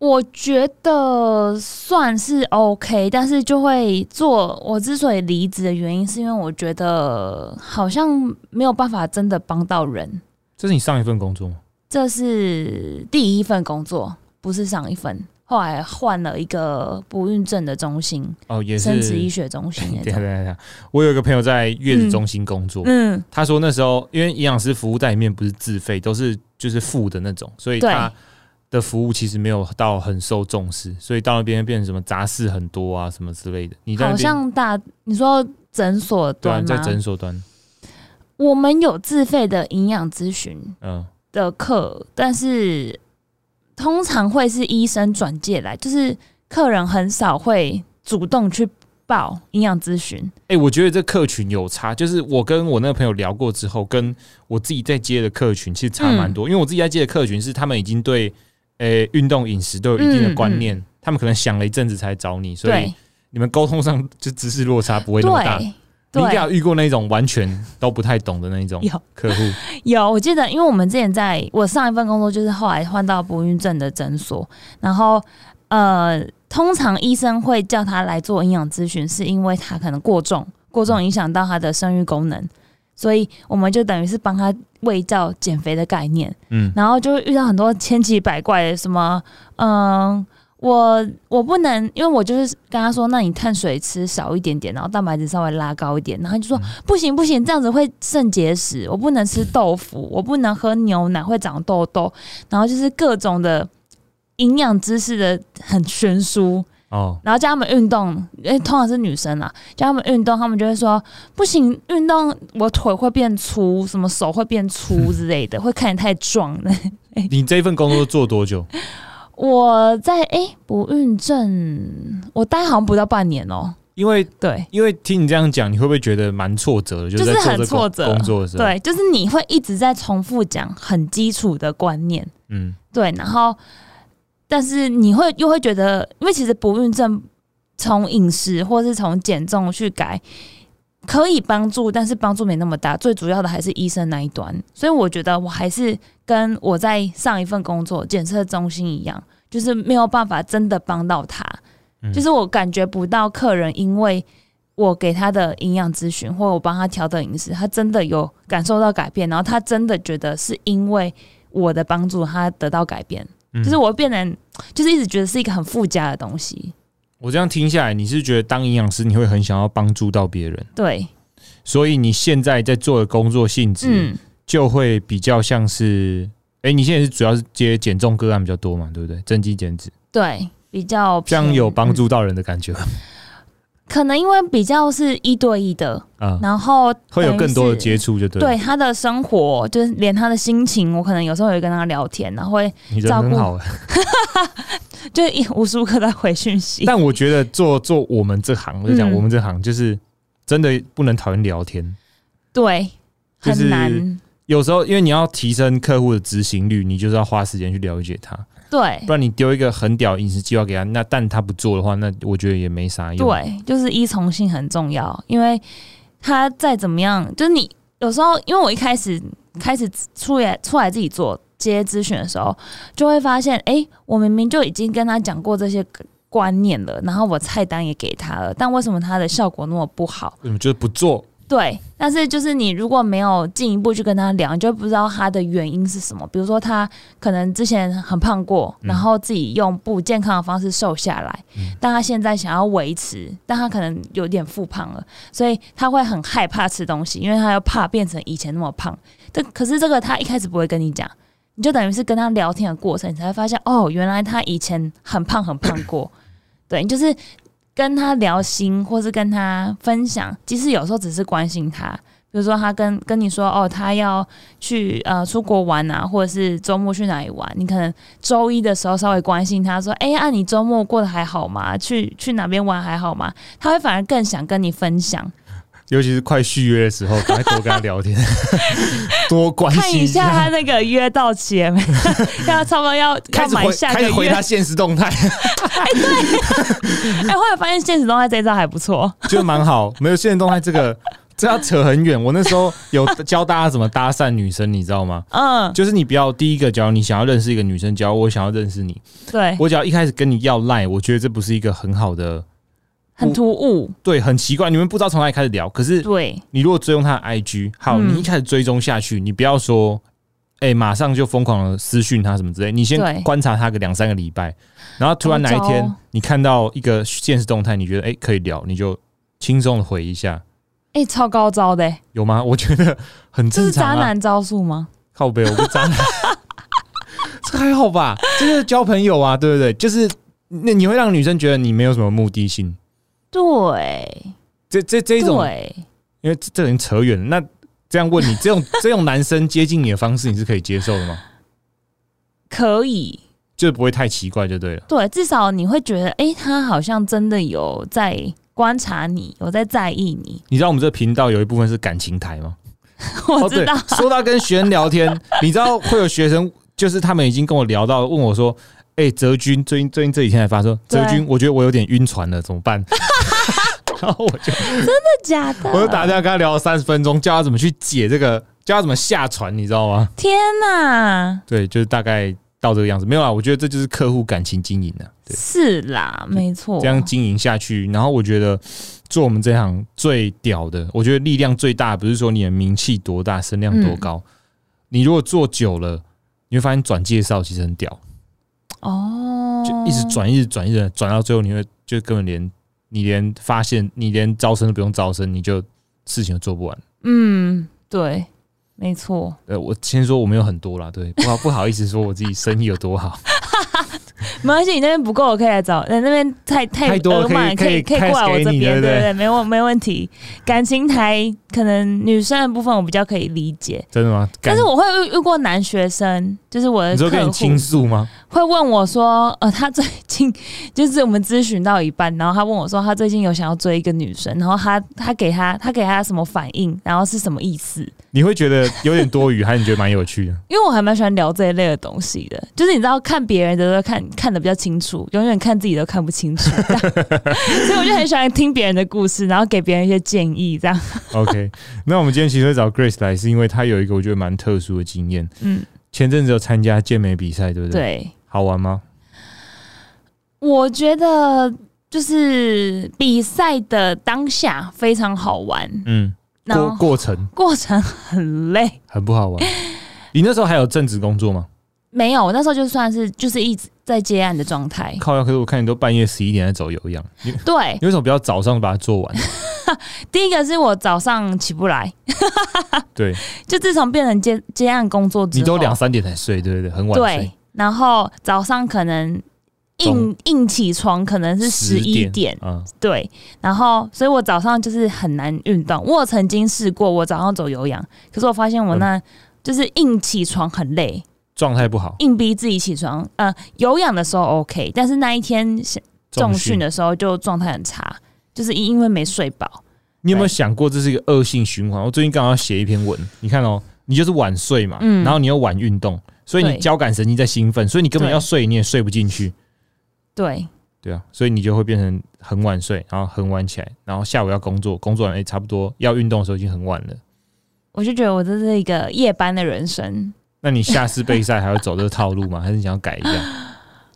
我觉得算是 OK，但是就会做。我之所以离职的原因，是因为我觉得好像没有办法真的帮到人。
这是你上一份工作吗？
这是第一份工作，不是上一份。后来换了一个不孕症的中心，
哦，也是。
生殖医学中心
等一
那
下等一下 等
种。
一下，我有一个朋友在月子中心工作，
嗯，
他说那时候因为营养师服务在里面不是自费，都是就是付的那种，所以
对
他的服务其实没有到很受重视，所以到那边变成什么杂事很多啊什么之类的。你在那
好
边
像大你说诊所
对啊，
端
你
吗？
在诊所端，
我们有自费的营养咨询，
嗯
的课，但是通常会是医生转介来，就是客人很少会主动去报营养咨询。
哎、我觉得这客群有差，就是我跟我那个朋友聊过之后，跟我自己在接的客群其实差蛮多、
嗯
因为我自己在接的客群是他们已经对，诶、运动饮食都有一定的观念，他们可能想了一阵子才找你，所以
嗯对
你们沟通上就知识落差不会那么大。
对
你应该有
对，
遇过那种完全都不太懂的那种
有
客户，
有我记得，因为我们之前在我上一份工作，就是后来换到不孕症的诊所，然后呃，通常医生会叫他来做营养咨询，是因为他可能过重，
嗯
过重影响到他的生育功能，所以我们就等于是帮他喂教减肥的概念。
嗯，
然后就会遇到很多千奇百怪的什么，嗯，我我不能，因为我就是跟他说，那你碳水吃少一点点，然后蛋白质稍微拉高一点，然后他就说、不行不行，这样子会肾结石，我不能吃豆腐，我不能喝牛奶，会长痘痘，然后就是各种的营养知识的很悬殊，
哦，
然后叫他们运动，诶、通常是女生啦，叫他们运动，他们就会说不行，运动我腿会变粗，什么手会变粗之类的，会看你太壮了。
你这份工作做多久？
我在诶、不孕症，我待好像不到半年哦、
因为
对
因为听你这样讲，你会不会觉得蛮挫折的？就
就是
在做
很
这
挫
工
折
工作的时候，，
对，就是你会一直在重复讲很基础的观念，
嗯，
对，然后但是你会又会觉得，因为其实不孕症从饮食或是从减重去改。可以帮助，但是帮助没那么大。最主要的还是医生那一端，所以我觉得我还是跟我在上一份工作检测中心一样，就是没有办法真的帮到他，
嗯
就是我感觉不到客人因为我给他的营养咨询或我帮他调整饮食，他真的有感受到改变，然后他真的觉得是因为我的帮助他得到改变，
嗯
就是我变成就是一直觉得是一个很附加的东西，
我这样听下来，你是觉得当营养师你会很想要帮助到别人，
对，
所以你现在在做的工作性质
嗯，
就会比较像是，哎、你现在是主要是接减重个案比较多嘛，对不对？增肌减脂，
对，比较
这样有帮
嗯
助到人的感觉
可能因为比较是一对一的，
啊，
然后
会有更多的接
触。
触，就对。
对，他的生活，就是连他的心情，我可能有时候也会跟他聊天，然后会
你人很好、欸。
就一无时无刻在回讯息。
但我觉得做做我们这行，我就讲
嗯
我们这行就是真的不能讨厌聊天。
对，
就
很
是
难。
有时候，因为你要提升客户的执行率，你就是要花时间去了解他。
对
不然你丢一个很屌的饮食计划给他，那但他不做的话，那我觉得也没啥用。，
对，就是依从性很重要，因为他再怎么样，就是你有时候，因为我一开始开始出来出来自己做接咨询的时候，就会发现，哎、我明明就已经跟他讲过这些观念了，然后我菜单也给他了，但为什么他的效果那么不好？
嗯，就是不做，
对，但是就是你如果没有进一步去跟他聊，你就不知道他的原因是什么。比如说他可能之前很胖过，
嗯
然后自己用不健康的方式瘦下来，但他现在想要维持，但他可能有点复胖了，所以他会很害怕吃东西，因为他又怕变成以前那么胖。这可是这个他一开始不会跟你讲。你就等于是跟他聊天的过程，你才会发现哦，原来他以前很胖很胖过。对，你就是跟他聊心，或是跟他分享，即使有时候只是关心他，比如说他跟跟你说哦，他要去呃出国玩啊，或者是周末去哪里玩，你可能周一的时候稍微关心他说，哎、啊你周末过得还好吗？去去哪边玩还好吗？他会反而更想跟你分享，
尤其是快续约的时候，赶快多跟他聊 天，多关
看
心
一下他那个约到期了没， 看他差不 多要
开
要
始
买
回
下
开
个
始回
月。
他现实动态，
哎、后来发现现实动态这一招还不错，
就蛮好。没有现实动态这个，这要扯很远。我那时候有教大家怎么搭讪女生，你知道吗？
嗯，
就是你不要第一个，假如你想要认识一个女生，假如我想要认识你，
对，
我只要一开始跟你要赖，我觉得这不是一个很好的，
很突兀，
对，很奇怪，你们不知道从哪里开始聊。可是
对，
你如果追踪他的 IG，好，
嗯
你一开始追踪下去，你不要说，哎、马上就疯狂的私讯他什么之类，你
对
先观察他个两三个礼拜，然后突然哪一
怎么
天
着
你看到一个现实动态，你觉得哎、可以聊，你就轻松的回一下，
哎、超高招的、哎
有吗？我 觉得很
这
正
是
常
渣
啊，
男招数吗？
靠背，我不渣男， 这还好吧？这就是交朋友啊，对不对？就是那你会让女生觉得你没有什么目的性，
对，
这这这一种
对。
因为这这人扯远了。那这样问你，这种这种男生接近你的方式，你是可以接受的吗？
可以，
就是不会太奇怪就对了。
对，至少你会觉得，诶，他好像真的有在观察你，有在在意你。
你知道我们这频道有一部分是感情台吗？
我知道，
哦、对，说到跟学生聊天，你知道会有学生，就是他们已经跟我聊到，问我说：“哎、泽军，最近最近这几天才发说，
对
泽军，我觉得我有点晕船了，怎么办？” 然后我就
真的假的？
我就打电话跟他聊了三十分钟，教他怎么去解这个，教他怎么下船，你知道吗？
天哪，
对，就是大概到这个样子。没有啦，我觉得这就是客户感情经营啊的、对。
是啦，没错，
这样经营下去，然后我觉得做我们这行最屌的，我觉得力量最大，不是说你的名气多大、声量多高，
嗯
你如果做久了，你会发现转介绍其实很屌，
哦，
就一直转、一直转、一直转转到最后，你会就根本连你连发现你连招生都不用招生，你就事情都做不完。
嗯，对，没错，
呃，我先说我们有很多啦，对，不好不好意思说我自己生意有多好，
没关系，你那边不够，我可以来找，呃那边太太
太多了
额满
可
可
以
以
可
可
以
以过来我
pass
这
给你对
边，
不
对
对
对，没问没问题。感情台可能女生的部分我比较可以理解，
真的吗？
但
感
是我会遇遇过男学生，就是我的
你说
客
跟
户
你倾诉吗？
会问我说，呃，他最近就是我们咨询到一半，然后他问我说，他最近有想要追一个女生，然后他他给他他给他什么反应，然后是什么意思？
你会觉得有点多余，还是你觉得蛮有趣的？
因为我还蛮喜欢聊这一类的东西的，就是你知道看别人的都看看的比较清楚，永远看自己都看不清楚， 这样所以我就很喜欢听别人的故事，然后给别人一些建议，这样，
OK，那我们今天其实会找 Grace 来，是因为她有一个我觉得蛮特殊的经验。
嗯，
前阵子有参加健美比赛，对不对？对，
对。
好玩吗？
我觉得就是比赛的当下非常好玩，
嗯，
然
过
后
过程
过程很累。
很不 好玩。你那时候还有正职工作吗？。
没有，我那时候就算是就是一直在接案的状态
靠呀！可是我看你都半夜十一点在走有氧，你
对，
你为什么不要早上把它做 完？
第一个是我早上起不来，
对
就自从变成接接案工作之后，
你都两三点才睡，对不对？很晚
对
睡，，
然后早上可能硬硬起床可能是十一
10
点，
啊、
对，然后所以我早上就是很难运动。我有曾经试过我早上走有氧，可是我发现我那、就是硬起床很累，
状态不好。
硬逼自己起床。呃，有氧的时候 OK，但是那一天重训
的，
的时候就状态很差，就是因因为没睡饱。
你有没有想过这是一个恶性循环？我最近刚好要写一篇文，你看哦，你就是晚睡嘛，
嗯
然后你又晚运动，所以你
对
交感神经在兴奋，所以你根本
对
要睡你也睡不进去，
对
对啊，所以你就会变成很晚睡，然后很晚起来，然后下午要工作，工作完哎、差不多要运动的时候已经很晚了。
我就觉得我这是一个夜班的人生。
那你下次备赛还要走这个套路 吗？还是你想要改一下？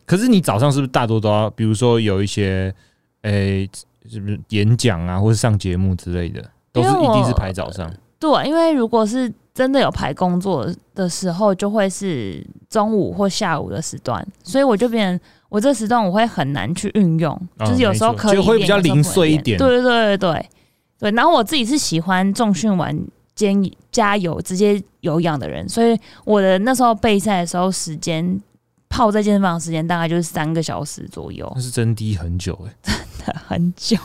可是你早上是不是大多都要，比如说有一些，诶、是不是演讲啊，或是上节目之类的，都是
因为
一
我
定是排早上。
对，因为如果是真的有排工作的时候，就会是中午或下午的时段，所以我就变成我这时段我会很难去运用，
哦
就是有时候
没错
可以
就会比较
练
零
有时候不能
碎一
练
点
对对对对对对。然后我自己是喜欢重训完兼加油直接有氧的人，所以我的那时候备赛的时候时间。泡在健身房的时间大概就是三个小时左右
那，是真低很久哎诶、
很久。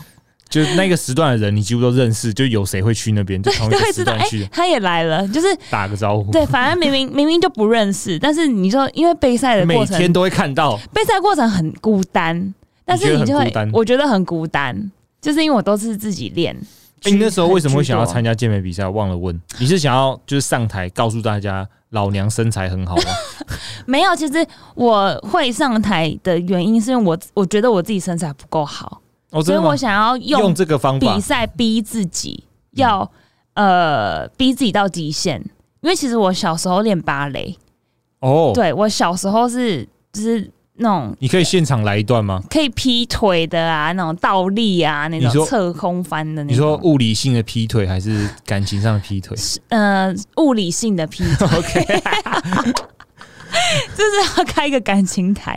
就是那个时段的人，你几乎都认识，就有谁会去那边，就同一个
对，
时
知道
段
哎、
去
他也来了，就是
打个招呼。
对，反正明明明明就不认识，但是你说因为备赛的
每
过程
天都会看到，
备赛过程很孤单，但是
你觉
你
得
就
很
会
孤单
我觉得很孤单，就是因为我都是自己练。
哎、你那时候为什么会想要参
加？
加健美比赛？忘了问，你是想要就是上台告诉大家老娘身材很好 吗？
没有，其实我会上台的原因是因为我我觉得我自己身材不够好，
哦，真
所以
的吗
我？想要
用
用
这个方法
比，赛逼自己，要、呃逼自己到极限。因为其实我小时候练芭蕾，
哦，
对我小时候是就是那种
你可以现场来一段吗？
可以劈腿的啊，那种倒立啊，那
你说
种侧空翻的那种。
你说物理性的劈腿还是感情上的劈腿
呃，物理性的劈腿，
？OK，
就是要开一个感情台。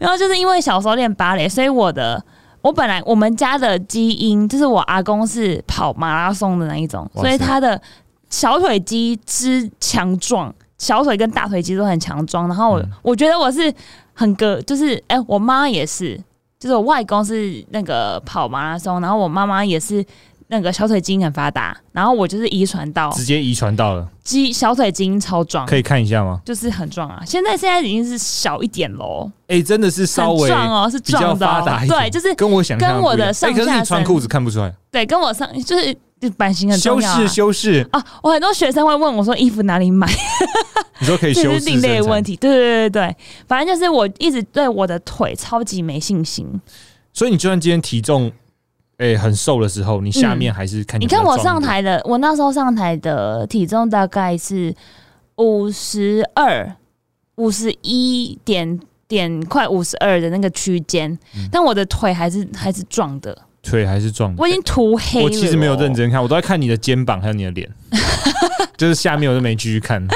然后就是因为小时候练芭蕾，所以我的我本来我们家的基因就是我阿公是跑马拉松的那一种，
哇塞
所以他的小腿肌之强壮，小腿跟大腿肌都很强壮。然后我、
嗯
我觉得我是很个，就是哎、我妈也是，就是我外公是那个跑马拉松，然后我妈妈也是。那个小腿筋很发达，然后我就是遗传到
直接遗传到了，
肌小腿筋超壮，啊
可以看一下吗？
就是很壮啊！现在现在已经是小一点喽，
哎、真的是稍
很
微
壮哦，是
比较
壮的、
发
哦
达，一点，
对，就是
跟我想象
跟我
不一
的
样
上
哎可是
下
你穿
身
裤子看不出来，
对，跟我上就是版型很重
修
要、
饰
啊。
修饰，
啊，我很多学生会问我说衣服哪里买，
你说可以
这
修
是
饰
另类的
身材
问。题。对对对对，反正就是我一直对我的腿超级没信心。
所以你就算今天体重哎、很瘦的时候，你下面还是看起
嗯你
来比较
看我
壮
上
一点，
台的，我那时候上台的体重大概是五十二、五十一点点快五十二的那个区间，
嗯
但我的腿还是还是壮的。
腿还是壮的。
我已经涂黑了。
我
哦
其实没有认，真看，我都在看你的肩膀还有你的脸， 就是下面我都没继续看。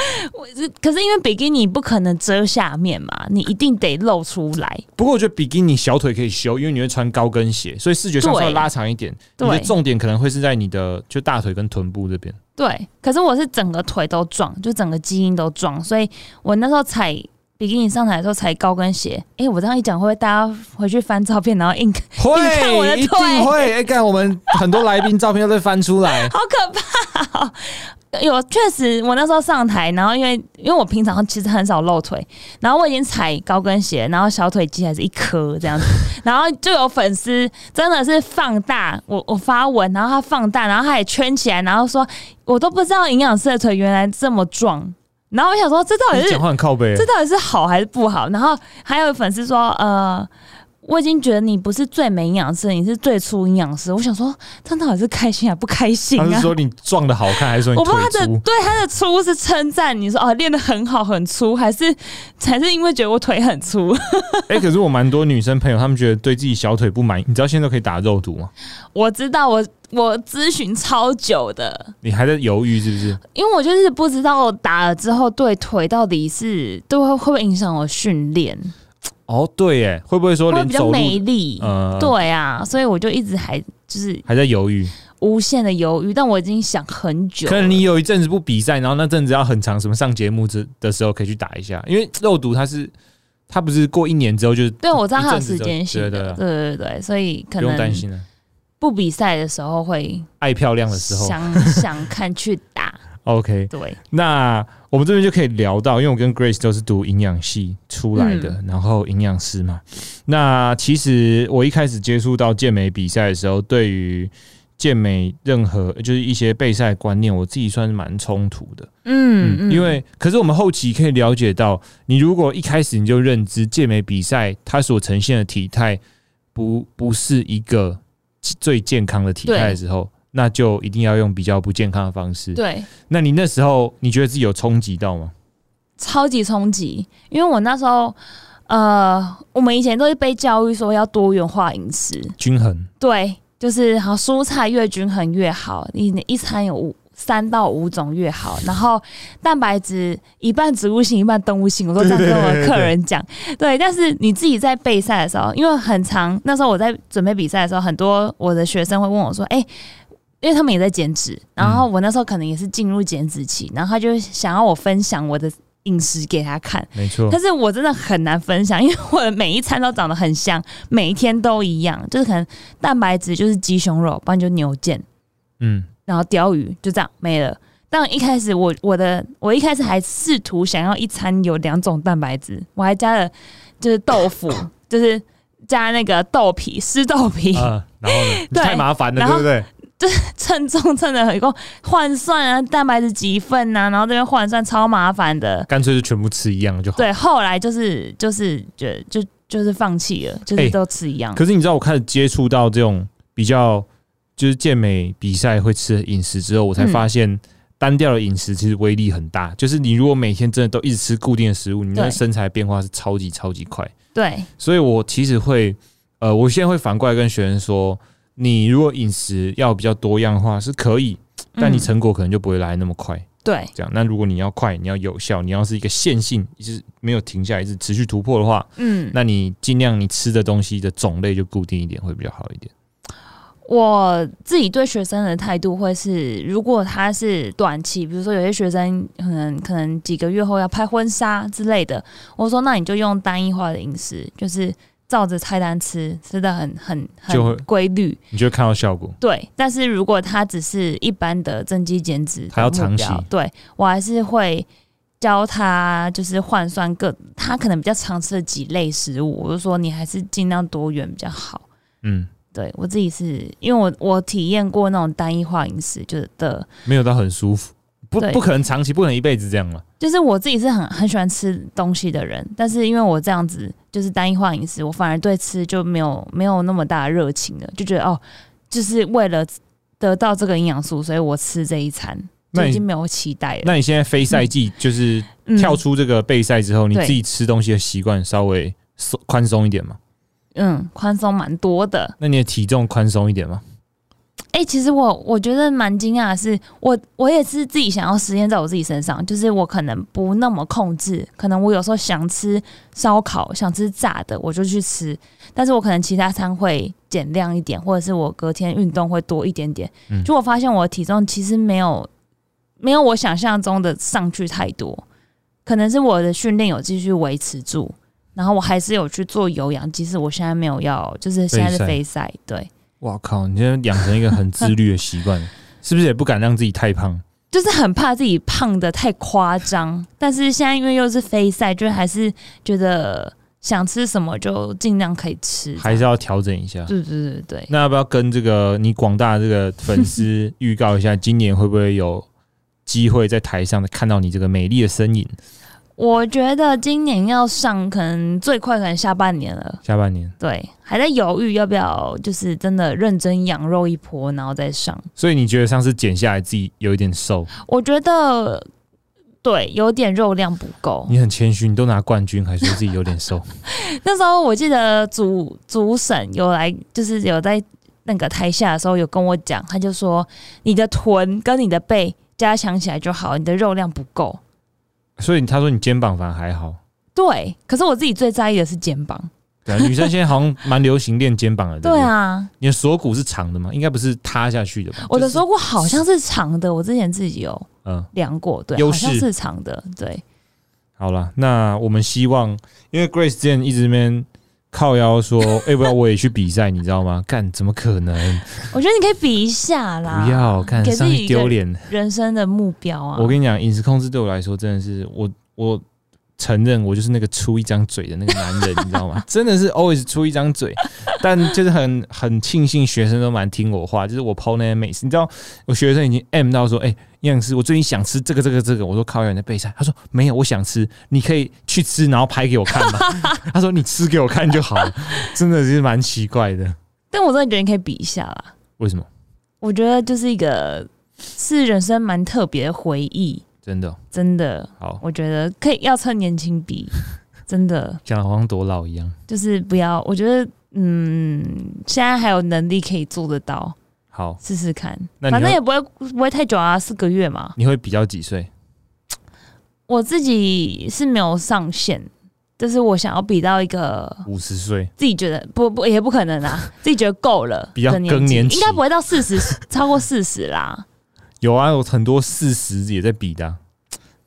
可是因为比基尼不可能遮下面嘛，你一定得露出来。
不过我觉得比基尼小腿可以修，因为你会穿高跟鞋，所以视觉上是要
对
拉长一点。你
对
的重点可能会是在你的就大腿跟臀部这边。
对，可是我是整个腿都壮，就整个基因都壮，所以我那时候踩比基尼上台的时候踩高跟鞋。诶，我这样一讲，会不会大家回去翻照片，然后硬好
会
你看我的
一
腿
定会。哎，看我们很多来宾照片都在翻出 来，
可怕、哦？有，确实，我那时候上台，然后因为因为我平常其实很少露腿，然后我已经踩高跟鞋，然后小腿肌还是一颗这样子， 然后就有粉丝真的是放大我我发文，然后他放大，然后他也圈起来，然后说我都不知道营养师的腿原来这么壮，然后我想说这到底
你
是
讲话很靠背
这。到底是好还是不好？然后还有粉丝说，呃，我已经觉得你不是最美营养师，你是最初营养师。我想说，他到底是开心还不开心
他是
啊？
说你撞的好看，还是说你
我不知道他
腿
的
粗？
对他的粗是称赞你说哦练得很好很粗，还是还是因为觉得我腿很粗？
哎，可是我蛮多女生朋友，她们觉得对自己小腿不满意。你知道现在都可以打肉毒吗？
我知道我我咨询超久的，
你还在犹豫是不是？
因为我就是不知道打了之后对腿到底是对会会不会影响我训练，
哦，对，哎，会不会说
会不会
连
比较
走
没
路
力。
呃
对啊，所以我就一直还就是
还在犹豫？
无限的犹豫，但我已经想很久了。
可能你有一阵子不比赛，然后那阵子要很长，什么上节目之的时候可以去打一下，因为肉毒它是它不是过一年之后就是
对我知道
一
它有
阵
时
子之后
间性
对
的，
对对，
对对对，所以可
不用担
能
心了。
不比赛的时候会
爱漂亮的时候
想 想看去打。
，OK，
对，
那我们这边就可以聊到，因为我跟 Grace 都是读营养系出来的，
嗯
然后营养师嘛。那其实我一开始接触到健美比赛的时候，对于健美任何就是一些备赛观念，我自己算是蛮冲突的。
嗯，嗯
因为可是我们后期可以了解到，你如果一开始你就认知健美比赛它所呈现的体态不不是一个最健康的体态的时候，那就一定要用比较不健康的方式。
嗯对
那你那时候你觉得自己有冲击到吗？
超级冲击，因为我那时候呃，我们以前都是被教育说要多元化饮食，
均衡，
对，就是好蔬菜越均衡越好，你一餐有五三到五种越好，然后蛋白质一半植物性一半动物性，我都这样跟我的客人讲。对，但是你自己在备赛的时候，因为很长，那时候我在准备比赛的时候，很多我的学生会问我说：“哎、因为他们也在减脂，然后我那时候可能也是进入减脂期，然后他就想要我分享我的饮食给他看，
没错
但，是我真的很难分享，因 为我的每一餐都长得很像，每一天都一样，就是可能蛋白质就是鸡胸肉，不然就牛腱，
嗯，
然后鲷鱼，就这样没了。但一开始我我的我一开始还试图想要一餐有两种蛋白质，我还加了就是 豆腐，就是加那个豆皮湿豆皮，
啊，然后呢？
对
太麻烦了，
然
对
后
不对？
称重称的很够换算啊，蛋白质几份呐、啊，然后这边换算超麻烦的。
干脆就全部吃一样就好。
对，后来就是就是觉就就是放弃了，就
哎
是都吃一样。
可是你知道，我开始接触到这种比较就是健美比赛会吃的饮食之后，我才
嗯
发现单调的饮食其实威力很大。就是你如果每天真的都一直吃固定的食物，你那
对
身材变化是超级超级快。
对，
所以我其实会，呃，我现在会反过来跟学生说，你如果饮食要比较多样化是可以，但你
嗯
成果可能就不会来那么快。
对
这样，那如果你要快，你要有效，你要是一个线性，一直没有停下来，一直持续突破的话，
嗯，
那你尽量你吃的东西的种类就固定一点，会比较好一点。
我自己对学生的态度会是，如果他是短期，比如说有些学生可能可能几个月后要拍婚纱之类的，我说那你就用单一化的饮食，就是照着菜单吃，吃的很很
就会
很规律。
你就会看到效果。
对，但是如果他只是一般的增肌减脂的目标，
他要长期
对我还是会教他就是换算各他可能比较常吃的几类食物，我就说你还是尽量多元比较好。
嗯，
对我自己是因为我我体验过那种单一化饮食，就是的，
没有到很舒服，不
对
不可能长期，不可能一辈子这样了。
就是我自己是很很喜欢吃东西的人，但是因为我这样子就是单一化饮食，我反而对吃就没有没有那么大的热情了，就觉得哦，就是为了得到这个营养素，所以我吃这一餐，
那
就
你
已经没有期待了。
那你现在非赛季就是
嗯
跳出这个备赛之后，你
对
自己吃东西的习惯稍微松宽松一点嘛？
嗯，宽松蛮多的，
那你的体重宽松一点嘛？
哎、其实我我觉得蛮惊讶的是，我我也是自己想要实验在我自己身上，就是我可能不那么控制，可能我有时候想吃烧烤，想吃炸的，我就去吃，但是我可能其他餐会减量一点，或者是我隔天运动会多一点点
嗯。
就我发现我的体重其实没有没有我想象中的上去太多，可能是我的训练有继续维持住，然后我还是有去做有氧，即使我现在没有要，就是现在是
飞
飞赛，对。
哇靠！你现在养成一个很自律的习 惯，是不是也不敢让自己太胖？
就是很怕自己胖的太夸张，但是现在因为又是非赛，就还是觉得想吃什么就尽量可以吃。
还是要调整一下？
对对对对，
那要不要跟这个你广大这个粉丝预告一下，今年会不会有机会在台上看到你这个美丽的身影？
我觉得今年要上，可能最快可能下半年了。
下半年，
对，还在犹豫要不要，就是真的认真养肉一波，然后再上。
所以你觉得上次减下来自己有一点瘦？
我觉得对，有点肉量不够。
你很谦虚，你都拿冠军，还说自己有点瘦。
那时候我记得主主审有来，就是有在那个台下的时候有跟我讲，他就说你的臀跟你的背加强起来就好，你的肉量不够。
所以他说你肩膀反而还好。
对，可是我自己最在意的是肩膀。
对、啊，女生现在好像蛮流行练肩膀的。不
对，啊，
你的锁骨是长的吗？应该不是塌下去的吧？
我的
就是
锁骨好像是长的，我之前自己有
嗯，
量过，对，
优
好
势
像是长的，对，
好啦，那我们希望，因为 Grace 之前一直在那边靠腰说， 哎、不要我也去比赛，你知道吗？干，怎么可能？
我觉得你可以比一下啦，
不要干，
给
上
自己
去
一个
丢脸。
人生的目标啊。
我跟你讲，饮食控制对我来说真的是我我承认我就是那个出一张嘴的那个男 人，你知道吗？真的是 always 出一张嘴，但就是很很庆幸学生都蛮听我话，就是我抛那些美食，你知道我学生已经 M 到说，哎、营养师，我最近想吃这个这个这个，我说靠，有人在备菜，他说没有，我想吃，你可以去吃，然后拍给我看吧。 他说你吃给我看就好了，真的是蛮奇怪的，
但我真的觉得你可以比一下啦，
为什么？
我觉得就是一个是人生蛮特别的回忆，
真的哦
真的，
好，
我觉得可以要趁年轻比，真的
讲的好像多老一样。
就是不要，我觉得嗯，现在还有能力可以做得到，
好，
试试看，
那你
反正
会
也不会不会太久啊，四个月嘛，
你会比较几岁？
我自己是没有上限，就是我想要比到一个
五十岁？
自己觉得不不也不可能 啊，自己觉得够了，
比较
的
更
纪
年期
应该不会到四十，超过四十啦。
有啊，有很多四十也在比的啊、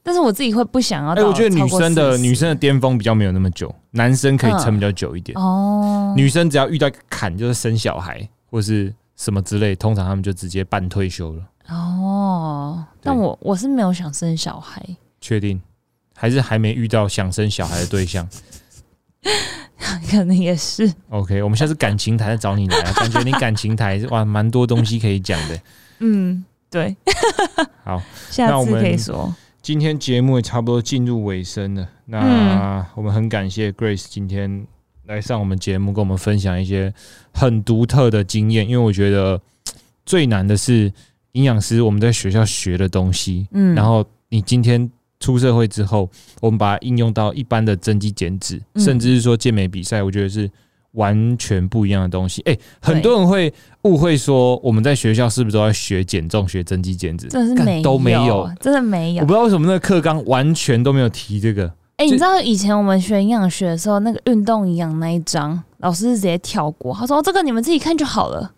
但是我自己会不想要
哎、
啊到超
我
过40。
觉得女生的女生的巅峰比较没有那么久，男生可以撑比较久一点。
哦，
女生只要遇到一个坎，就是生小孩或是什么之类，通常他们就直接半退休了。
哦，但
对
我我是没有想生小孩，
确定？还是还没遇到想生小孩的对象
可能也是
？OK，我们下次感情台再找你来、啊，感觉你感情台哇，蛮多东西可以讲的。
嗯对，
好，那
下
我
次
们
可以说
今天节目也差不多进入尾声了，
嗯
那我们很感谢 Grace 今天来上我们节目，跟我们分享一些很独特的经验。因为我觉得最难的是营养师我们在学校学的东西，
嗯，
然后你今天出社会之后，我们把它应用到一般的增肌减脂，
嗯
甚至是说健美比赛，我觉得是完全不一样的东西。哎、很
对
多人会误会说我们在学校是不是都在学减重、学增肌减脂？
真的是
干
没
都没有
有，，真的没
我
有
不。知道为什么那个课纲完全都没有提这个，
哎、你
就
知道以前我们学营养学的时候，那个运动营养那一章，老师是直接跳过，他说、哦这个你们自己看就好了，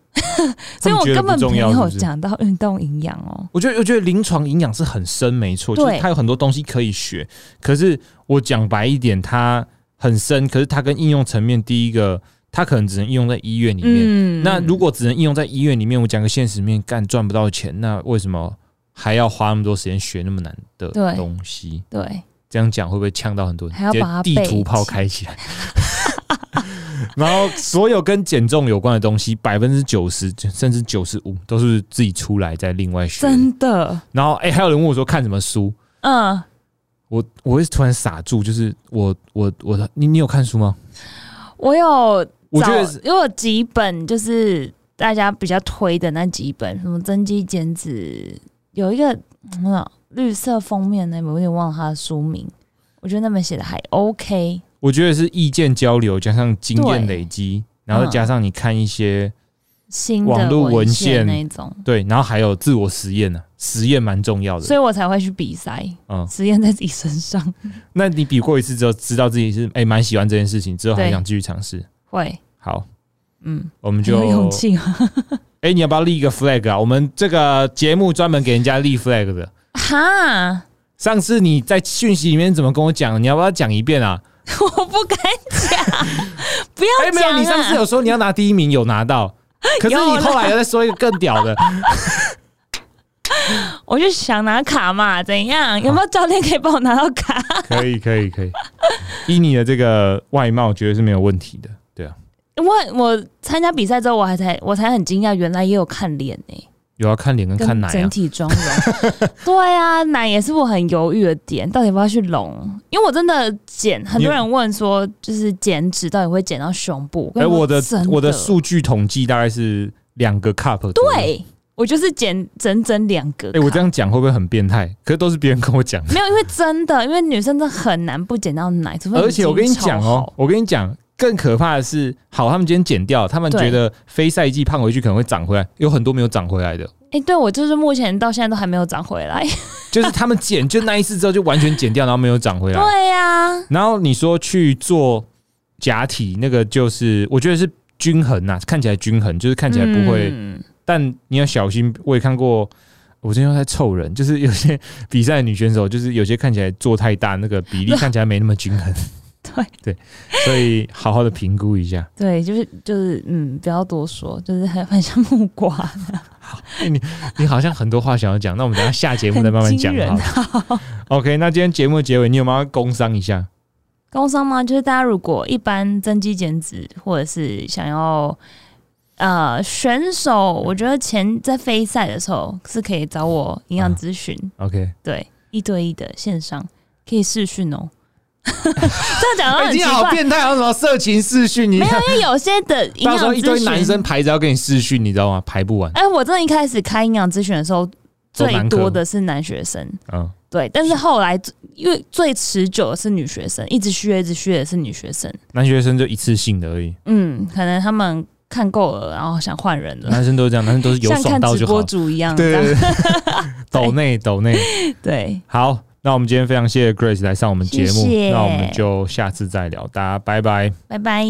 所以
他们
我
觉得
根
不
本
重
没
要是
有
不是。
讲到运动营养哦。
我觉得，我觉得临床营养是很深，没错，
对
就是它有很多东西可以学。可是我讲白一点，它很深，可是它跟应用层面，第一个，它可能只能应用在医院里面。
嗯
那如果只能应用在医院里面，我讲个现实面，干赚不到钱，那为什么还要花那么多时间学那么难的
对
东西？
对，
这样讲会不会呛到很多人？
还要把它
直接地图炮开起来。 然后所有跟减重有关的东西，百分之九十甚至九十五都是自己出来再另外学的。
真的，
然后哎、还有人问我说看什么书，
嗯，
我我会突然傻住，就是我我我你你有看书吗？
我有
我觉
找
得是
因为我几本就是大家比较推的那几本，什么增肌减脂，有一个嗯绿色封面那本，我有点忘了它的书名。我觉得那本写的还 OK，
我觉得是意见交流加上经验
对
累积，然后
嗯
加上你看一些、
新
网
的
络文
献
献
那一种，
对，然后还有自我实验呢、啊实验蛮重要
所
的。
以我才会去比赛，
嗯，
实验在自己身上。
那你比过一次之后，知道自己是哎蛮、喜欢这件事情，之后还
对
想继续尝试。
会，
好，
嗯，
我们
很
就
有勇气啊！
哎、你要不要立一个 flag 啊？我们这个节目专门给人家立 flag 的。
哈，
上次你在讯息里面怎么跟我讲？你要不要讲一遍 啊？
我不敢讲， 不
哎、
要
没
讲、啊
有，你上次有说你要拿第一名，有拿 到。可是
有
你
啦
后来又再说一个更屌的，
我就想拿卡嘛，怎样？有没有教练可以帮我拿到卡？
可以可以可以。以你的这个外貌，绝对是没有问题的。对啊，
我我参加比赛之后，我还才我才很惊讶，原来也有看脸呢、
有要看脸跟
跟
看奶
整
啊。
体妆容。 对啊，奶也是我很犹豫的点，到底要不要去隆？因为我真的减，很多人问说，就是减脂到底会减到胸部？
哎、
跟
我的
你说真
我的数据统计大概是两个 cup 左右。
对我就是减整整两个卡。
哎、我这样讲会不会很变态？可是都是别人跟我讲的。
没有，因为真的，因为女生真的很难不减到奶，除非
而且我跟你
基因超
讲哦
好，，
我跟你讲，更可怕的是，好，他们今天减掉，他们
对
觉得非赛季胖回去可能会长回来，有很多没有长回来的，
哎、对我就是目前到现在都还没有长回来。
就是他们减就那一次之后就完全减掉，然后没有长回来。
对啊呀、
然后你说去做假体，那个就是我觉得是均衡呐、看起来均衡，就是看起来不会，
嗯
但你要小心。我也看过。我最近又在凑人，就是有些比赛的女选手，就是有些看起来做太大，那个比例看起来没那么均衡，
对。
所以好好的评估一下。
对，就是就是，嗯，不要多说，就是很很像木瓜。
你 你好像很多话想要讲，那我们等一下下节目再慢慢
很
讲
惊人啊
好了。OK，那今天节目的结尾，你有没有要工商一下？
工伤吗？就是大家如果一般增肌减脂，或者是想要呃选手，我觉得前在飞赛的时候是可以找我营
啊
养咨询，
OK，
对，一对一的线上可以试训哦。 这样讲到
哎
很
你
哦奇
好
怪，
变态，还有什么色情视讯？你
没有， 因为有些的营
到
养
时候一堆男
咨
生
询，
排着要跟你视讯，你知道吗？排不完。
哎、我真的一开始开营养咨询的时候，
都
最
男科
多的是男学生，
嗯，
对，但是后来因为最持久的是女学生，一直续约一直续约的是女学生。
男学生就一次性的而已，
嗯，可能他们看够了，然后想换人了，
男生都是这样，男生都是有
像
爽
看
到
直
就好
播。主一样。
对
这
对
样
对，抖内抖内。
对，
好，那我们今天非常谢谢 Grace 来上我们节目，
谢谢
那我们就下次再聊，大家拜拜。
拜拜。